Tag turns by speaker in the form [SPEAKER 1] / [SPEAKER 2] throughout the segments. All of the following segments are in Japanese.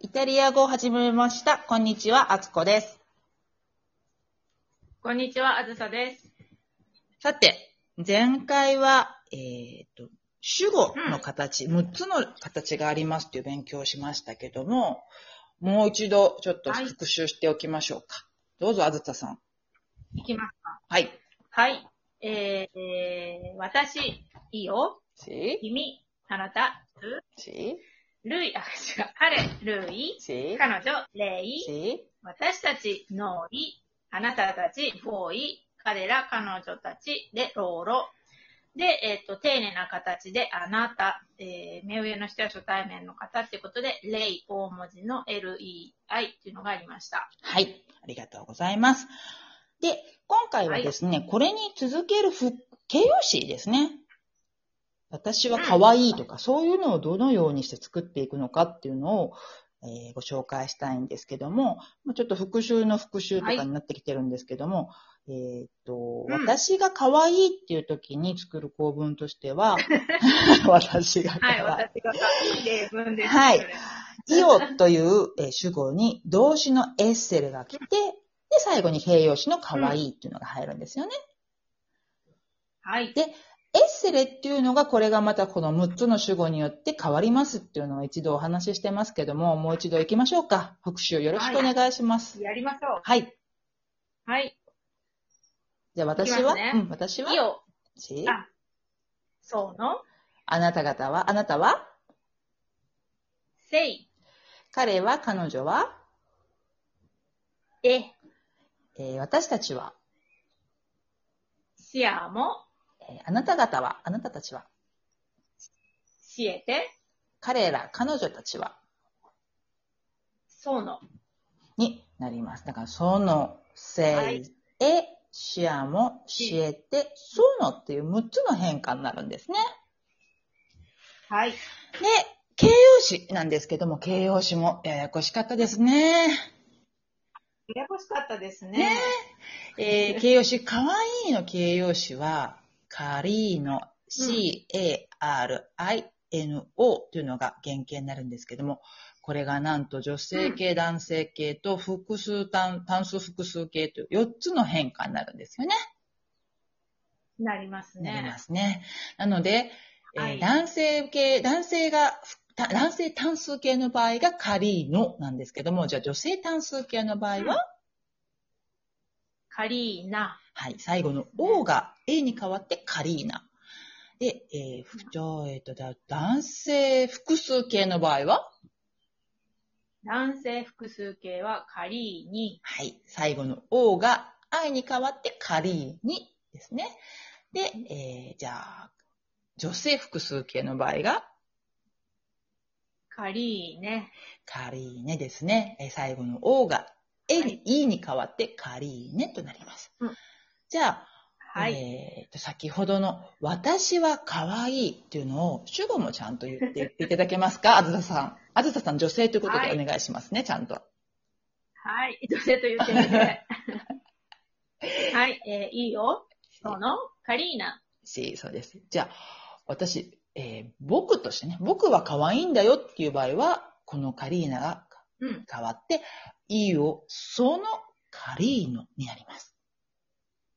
[SPEAKER 1] イタリア語を始めました。こんにちは、あつこです。
[SPEAKER 2] こんにちは、あずさです。
[SPEAKER 1] さて、前回は、えーと、主語の形、6つの形がありますという勉強をしましたけども、もう一度ちょっと
[SPEAKER 2] はい
[SPEAKER 1] 復習しておきましょうか。どうぞ、あずたさん。
[SPEAKER 2] いきます。
[SPEAKER 1] はい。
[SPEAKER 2] はい。えーえー、私、いいよ、
[SPEAKER 1] し、
[SPEAKER 2] 君、あなた、ず、
[SPEAKER 1] し、
[SPEAKER 2] るい、あ、違う、彼、るい、
[SPEAKER 1] し、
[SPEAKER 2] 彼女、れい、
[SPEAKER 1] し、
[SPEAKER 2] 私たち、のい、あなたたち、ボーイ、彼ら、彼女たち、で、ローロ。で、えっ、と、丁寧な形で、あなた、えー、目上の人は初対面の方ってことで、レイ、大文字の LEI っていうのがありました。
[SPEAKER 1] はい。ありがとうございます。で、今回はですね、これに続けるふ形容詞ですね。私は可愛いとか、そういうのをどのようにして作っていくのかっていうのを、えーご紹介したいんですけども、まあちょっと復習の復習とか
[SPEAKER 2] はい
[SPEAKER 1] になってきてるんですけども、えーっと、
[SPEAKER 2] うん
[SPEAKER 1] 私が可愛いっていう時に作る構文として は、私が可
[SPEAKER 2] は
[SPEAKER 1] 愛
[SPEAKER 2] い、
[SPEAKER 1] い。
[SPEAKER 2] 私が書いて文です。
[SPEAKER 1] はい
[SPEAKER 2] それ
[SPEAKER 1] イオというえー主語に動詞のエッセルが来て、で、最後に形容詞の可愛いっていうのが入るんですよね。
[SPEAKER 2] はい。
[SPEAKER 1] エッセレっていうのが、これがまたこの6つの主語によって変わりますっていうのを一度お話ししてますけども、もう一度行きましょうか。復習よろしくお願いします。
[SPEAKER 2] やりましょ
[SPEAKER 1] はい。
[SPEAKER 2] う。はい。
[SPEAKER 1] じゃあ私
[SPEAKER 2] いきま
[SPEAKER 1] は、
[SPEAKER 2] すね
[SPEAKER 1] うん、私は、
[SPEAKER 2] いよ、
[SPEAKER 1] し
[SPEAKER 2] あそうの、
[SPEAKER 1] あなた方は、あなたは、
[SPEAKER 2] せい、
[SPEAKER 1] 彼は、彼女は、
[SPEAKER 2] え、
[SPEAKER 1] えー私たちは、
[SPEAKER 2] しあも、
[SPEAKER 1] えーあなた方は、あなたたちは、
[SPEAKER 2] しえて、
[SPEAKER 1] 彼ら、彼女たちは、
[SPEAKER 2] そうの。
[SPEAKER 1] になります。だから、その、せ
[SPEAKER 2] はい
[SPEAKER 1] い、え、しあも、しえて、そのっていう6つの変化になるんですね。
[SPEAKER 2] はい。
[SPEAKER 1] で、形容詞なんですけども、形容詞もややこしかったですね。
[SPEAKER 2] ややこしかったですね。
[SPEAKER 1] ねえー形容詞、かわいいの形容詞は、カリーノ、C、A、R、I、N、O というのが原型になるんですけども、これがなんと女性形、男性形と複数単、単数複数形という4つの変化になるんですよね。
[SPEAKER 2] なります
[SPEAKER 1] なり
[SPEAKER 2] ね
[SPEAKER 1] ま。すね。なので、えー
[SPEAKER 2] はい
[SPEAKER 1] 男性系、男性が、た男性単数形の場合がカリーノなんですけども、じゃあ女性単数形の場合は、
[SPEAKER 2] うんカリーナ、
[SPEAKER 1] はい、最後の O が A に変わってカリーナ。で、えー、ふじゃあえっ、と、だ男性複数形の場合は、
[SPEAKER 2] 男性複数形はカリーニ、
[SPEAKER 1] はい、最後の O が I に変わってカリーニですね。で、えーじゃあ、女性複数形の場合が、
[SPEAKER 2] カリーネ、
[SPEAKER 1] カリーネですね。えー最後の O が A
[SPEAKER 2] は
[SPEAKER 1] に、E に変わってカリーネとなります。
[SPEAKER 2] うん
[SPEAKER 1] じゃあ、
[SPEAKER 2] はい。
[SPEAKER 1] えーと、先ほどの私は可愛いっていうのを主語もちゃんと言って言っていただけます かあずささん。あずささん女性ということで
[SPEAKER 2] はい
[SPEAKER 1] お願いしますね、ちゃんと。
[SPEAKER 2] はい。女性と言ってみ て。はい。えーいいよ、そうの、カリーナ、
[SPEAKER 1] し、そうです。じゃあ、私、えー僕としてね、僕は可愛いんだよっていう場合は、このカリーナが
[SPEAKER 2] うん。
[SPEAKER 1] 変わって、E をそのカリーノになります。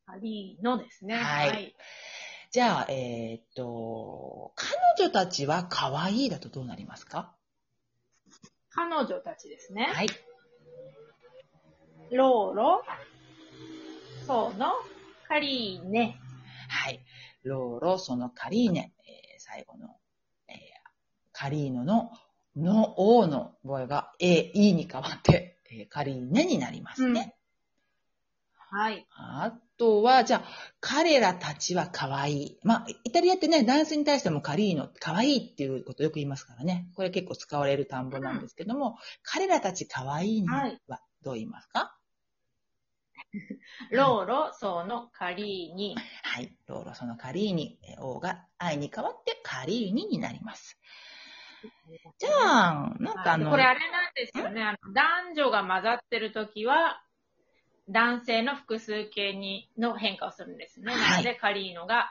[SPEAKER 2] カリーノですね。
[SPEAKER 1] はいじゃあ、えーっと、彼女たちは可愛いだとどうなりますか
[SPEAKER 2] 彼女たちですね。
[SPEAKER 1] はい。
[SPEAKER 2] ローロ、そうの、カリーネ、
[SPEAKER 1] はい。ローロ、そのカリーネ、えー最後の、えーカリーノの、の、王の声が A、E に変わって、えーカリーネになりますね。
[SPEAKER 2] はい。
[SPEAKER 1] あとは、じゃあ、彼らたちは可愛い。まあ、イタリアってね、男性に対してもカリーノ、可愛いっていうことよく言いますからね。これ結構使われる単語なんですけども、彼らたち可愛いの
[SPEAKER 2] はい
[SPEAKER 1] はどう言いますか、
[SPEAKER 2] ローロ、ソーのカリーニ。
[SPEAKER 1] はい。ローロそのカリーニ、えー O が I に変わってカリーニになります。じゃあ、なんかあの、
[SPEAKER 2] これあれなんですよね。あの男女が混ざってるときは、男性の複数形にの変化をするんですね。
[SPEAKER 1] はい
[SPEAKER 2] なので、カリーノが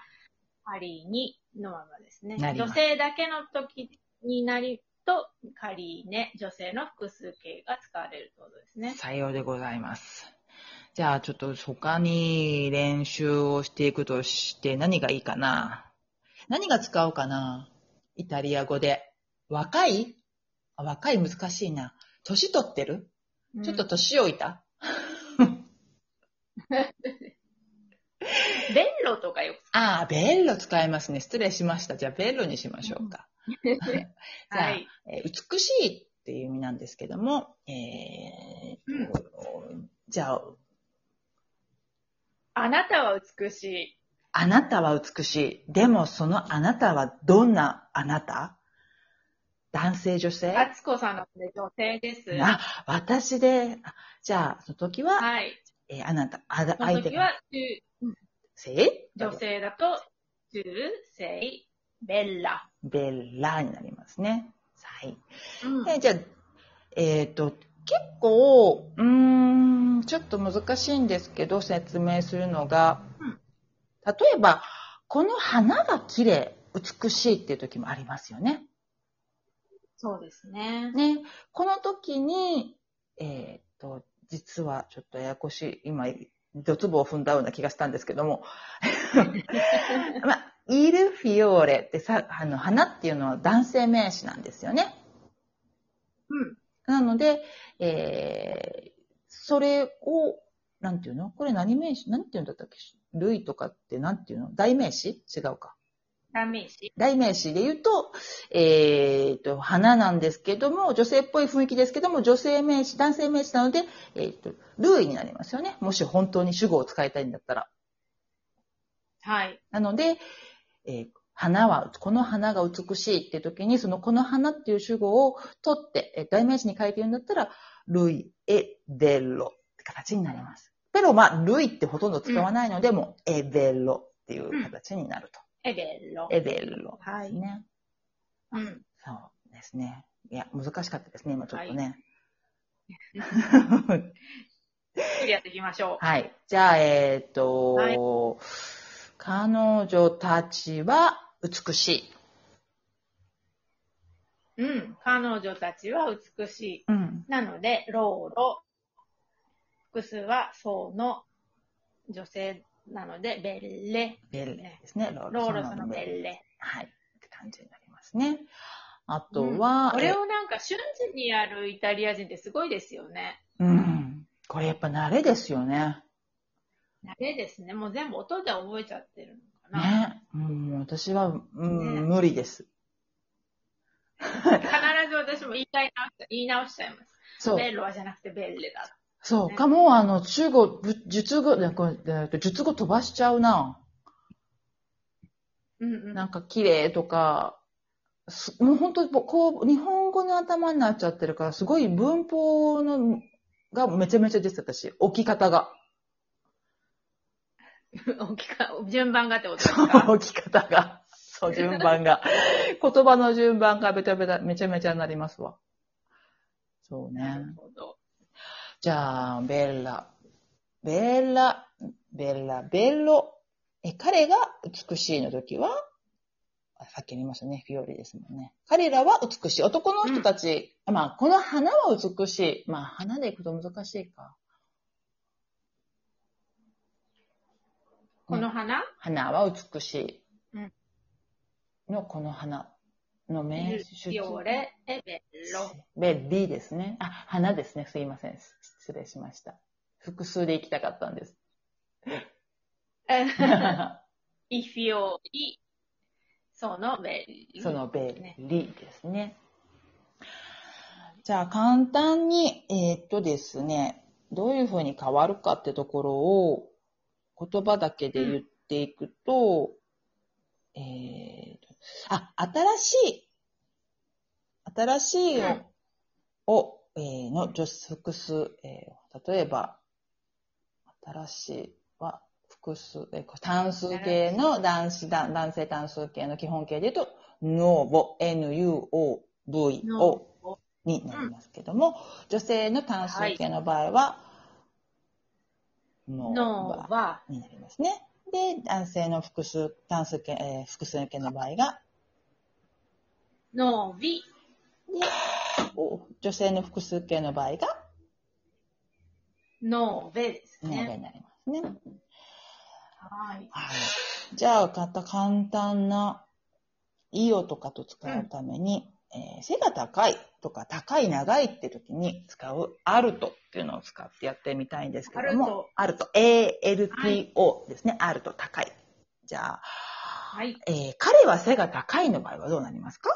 [SPEAKER 2] カリーニのままですね。
[SPEAKER 1] なりま
[SPEAKER 2] 女
[SPEAKER 1] す
[SPEAKER 2] 性だけの時になり、とカリーネ、女性の複数形が使われるということですね。
[SPEAKER 1] 採用でございます。じゃあ、ちょっと他に練習をしていくとして何がいいかな何が使うかなイタリア語で。若いあ若い難しいな。年取ってるちょっと
[SPEAKER 2] うん
[SPEAKER 1] 年老いた、
[SPEAKER 2] ベンロとかよく
[SPEAKER 1] ああ、ベッロ使いますね。失礼しました。じゃあ、ベッロにしましょうか。
[SPEAKER 2] 使う。はい。
[SPEAKER 1] えー美しいっていう意味なんですけども、えーとじゃあ、
[SPEAKER 2] あなたは美しい。
[SPEAKER 1] あなたは美しい。でもそのあなたはどんなあなた男性女性
[SPEAKER 2] あつこさんの女性です。
[SPEAKER 1] あ、私で、あじゃあ、その時は、
[SPEAKER 2] はい。
[SPEAKER 1] えーあなた、あだ
[SPEAKER 2] その
[SPEAKER 1] 相手
[SPEAKER 2] 時
[SPEAKER 1] が、
[SPEAKER 2] は、中
[SPEAKER 1] せ
[SPEAKER 2] 女性だと、中性、ベッラ。
[SPEAKER 1] ベラになりますね。はい。
[SPEAKER 2] うん
[SPEAKER 1] でじゃあ、えっ、と、結構、うーん、ちょっと難しいんですけど、説明するのが
[SPEAKER 2] うん、
[SPEAKER 1] 例えば、この花が綺麗、美しいっていう時もありますよね。
[SPEAKER 2] そうですね。
[SPEAKER 1] ね、この時に、えっ、と、実はちょっとややこしい、今、ドツボを踏んだような気がしたんですけど も、まあ、イルフィオーレってさ、あの、花っていうのは男性名詞なんですよね。
[SPEAKER 2] うん。
[SPEAKER 1] なので、えー、それを、なんていうのこれ何名詞なんていうんだったっけ類とかってなんていうの代名詞違うか。
[SPEAKER 2] ダメージ。
[SPEAKER 1] 代名詞で言うと、えー、と、花なんですけども、女性っぽい雰囲気ですけども、女性名詞、男性名詞なので、えー、と、ルイになりますよね。もし本当に主語を使いたいんだったら。
[SPEAKER 2] はい。
[SPEAKER 1] なので、えー花は、この花が美しいっていう時に、そのこの花っていう主語を取って、えー代名詞に書いてるんだったら、ルイエデロって形になります。ペロ、まあ、ルイってほとんど使わないので、もうエデロっていう形になると。
[SPEAKER 2] え、ベロ。
[SPEAKER 1] エデロ
[SPEAKER 2] は
[SPEAKER 1] です
[SPEAKER 2] い。
[SPEAKER 1] ね。
[SPEAKER 2] うん。
[SPEAKER 1] そうですね。いや、難しかったですね、今ちょっとね。
[SPEAKER 2] クリアしていきましょ
[SPEAKER 1] はい。じゃあ、えっ、と、
[SPEAKER 2] は
[SPEAKER 1] 彼女たちは美しい。
[SPEAKER 2] う。うん。彼女たちは美しい。
[SPEAKER 1] うん。
[SPEAKER 2] なので、ローロ。複数は、そうの女性なので、ベッレ。
[SPEAKER 1] ベルレですね。ロー
[SPEAKER 2] ロー
[SPEAKER 1] ル
[SPEAKER 2] ロスのベッレ。
[SPEAKER 1] はい。って感じになりますね。あとは、
[SPEAKER 2] これをなんか瞬時にやるイタリア人ってすごいですよね。
[SPEAKER 1] えうん。これやっぱ慣れですよね。
[SPEAKER 2] 慣れですね。もう全部音で覚えちゃってるのかな。
[SPEAKER 1] ね。もう私は、うん
[SPEAKER 2] ね
[SPEAKER 1] 無理です。
[SPEAKER 2] 必ず私も言いたいなって言い直しちゃいます。
[SPEAKER 1] そう。
[SPEAKER 2] ベッロはじゃなくてベッレだ。
[SPEAKER 1] そう
[SPEAKER 2] ね
[SPEAKER 1] か、もうあの、中語、ぶ術語、なんかえっと術語飛ばしちゃうな。
[SPEAKER 2] うんうん。
[SPEAKER 1] なんか綺麗とか、すもう本当こう、日本語の頭になっちゃってるから、すごい文法の、がめちゃめちゃです、私。置き方が。
[SPEAKER 2] 大きか、順番がってことです か
[SPEAKER 1] 置き方が。そう、順番が。言葉の順番がべちゃべちゃ、めちゃめちゃになりますわ。そう
[SPEAKER 2] な
[SPEAKER 1] ね
[SPEAKER 2] る。ほど。
[SPEAKER 1] じゃあ、ベッラ。ベッラ、ベッラ、ベッロ。え、彼が美しいの時は、あさっき言いましたね、フィオリですもんね。彼らは美しい。男の人たち、まあ、この花は美しい。まあ、花でいくと難しいか。
[SPEAKER 2] この花、
[SPEAKER 1] 花は美しい。
[SPEAKER 2] うん
[SPEAKER 1] の、この花の名
[SPEAKER 2] ル
[SPEAKER 1] 詞。
[SPEAKER 2] ビオレ、エベロ。
[SPEAKER 1] ベリーですね。あ、花ですね。すいません。失礼しました。複数で行きたかったんです。
[SPEAKER 2] イフィオリ、そのベリ。
[SPEAKER 1] その便
[SPEAKER 2] ね
[SPEAKER 1] 利ですね。じゃあ簡単に、えーっとですね、どういうふうに変わるかってところを言葉だけで言っていくと、えーっと、あ、新しい、新しいを、
[SPEAKER 2] うん
[SPEAKER 1] をえーの助詞複数、えー例えば、新しいは複数、えー単数形の男子だ、男性単数形の基本形で言うと、ノーボ、N-U-O-V-O
[SPEAKER 2] のお
[SPEAKER 1] になりますけども、女性の単数形の場合は、ノ
[SPEAKER 2] の
[SPEAKER 1] ーバ
[SPEAKER 2] は、
[SPEAKER 1] になりますね。で、男性の複数、単数形、えー複数形の場合が、
[SPEAKER 2] のび、
[SPEAKER 1] お女性の複数形の場合が、
[SPEAKER 2] のべです
[SPEAKER 1] ノーベ
[SPEAKER 2] ね。
[SPEAKER 1] になりますね。
[SPEAKER 2] はい。
[SPEAKER 1] はい。じゃあ、また簡単な、いいよとかと使うために、えー背が高いとか、高い、長いって時に使う、アルトっていうのを使ってやってみたいんですけども、アルト、ALTO ですね。アルト、高い。じゃあ、
[SPEAKER 2] はい。
[SPEAKER 1] えー彼は背が高いの場合はどうなりますか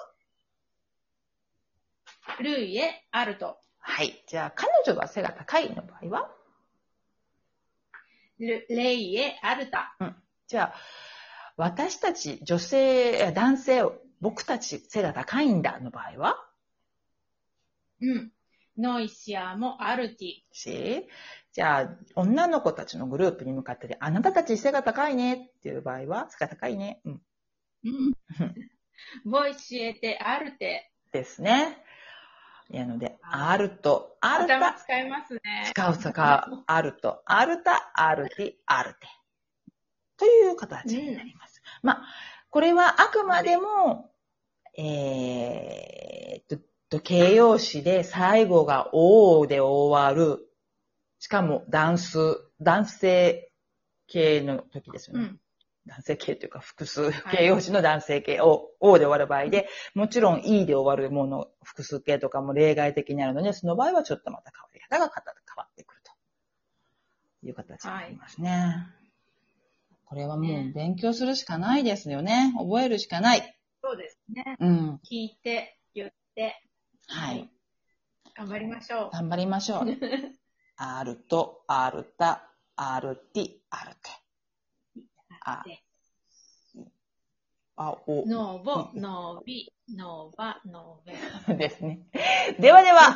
[SPEAKER 2] ルイエ、アルト。
[SPEAKER 1] はい。じゃあ、彼女は背が高いの場合は
[SPEAKER 2] ルレイエ、アルタ。
[SPEAKER 1] じゃあ、私たち、女性、え男性、僕たち背が高いんだの場合は
[SPEAKER 2] うん。ノイシアもアルティ。
[SPEAKER 1] し、じゃあ、女の子たちのグループに向かってで、あなたたち背が高いねっていう場合は、背が高いね。うん。
[SPEAKER 2] ボイシエテ、アルテ。
[SPEAKER 1] ですね。なので、
[SPEAKER 2] あー
[SPEAKER 1] アルト、アル
[SPEAKER 2] 頭
[SPEAKER 1] タ、
[SPEAKER 2] 使いますね。
[SPEAKER 1] 使う使う、アルト、アルタ、アルティ、アルテ。という形になります。まあ、これはあくまでも、えーっと、形容詞で最後が O で終わる。しかも、男数、男性系の時ですよ
[SPEAKER 2] う
[SPEAKER 1] ね。
[SPEAKER 2] ん。
[SPEAKER 1] 男性系というか複数形容詞の男性形を O で終わる場合で、もちろん E で終わるもの、複数形とかも例外的になるので、その場合はちょっとまた変わり方が変わってくるという形になりますね。これはもう
[SPEAKER 2] ね
[SPEAKER 1] 勉強するしかないですよね。覚えるしかない。
[SPEAKER 2] そうですね。
[SPEAKER 1] うん。
[SPEAKER 2] 聞いて、言って、
[SPEAKER 1] はい。
[SPEAKER 2] 頑張りましょ
[SPEAKER 1] 頑張りましょう。アルト、アルタ、アルティ、アルテ。あ
[SPEAKER 2] で、
[SPEAKER 1] あ、お
[SPEAKER 2] う。、ノーボ、ノービ、ノーバ、ノーベ。
[SPEAKER 1] ですね。ではでは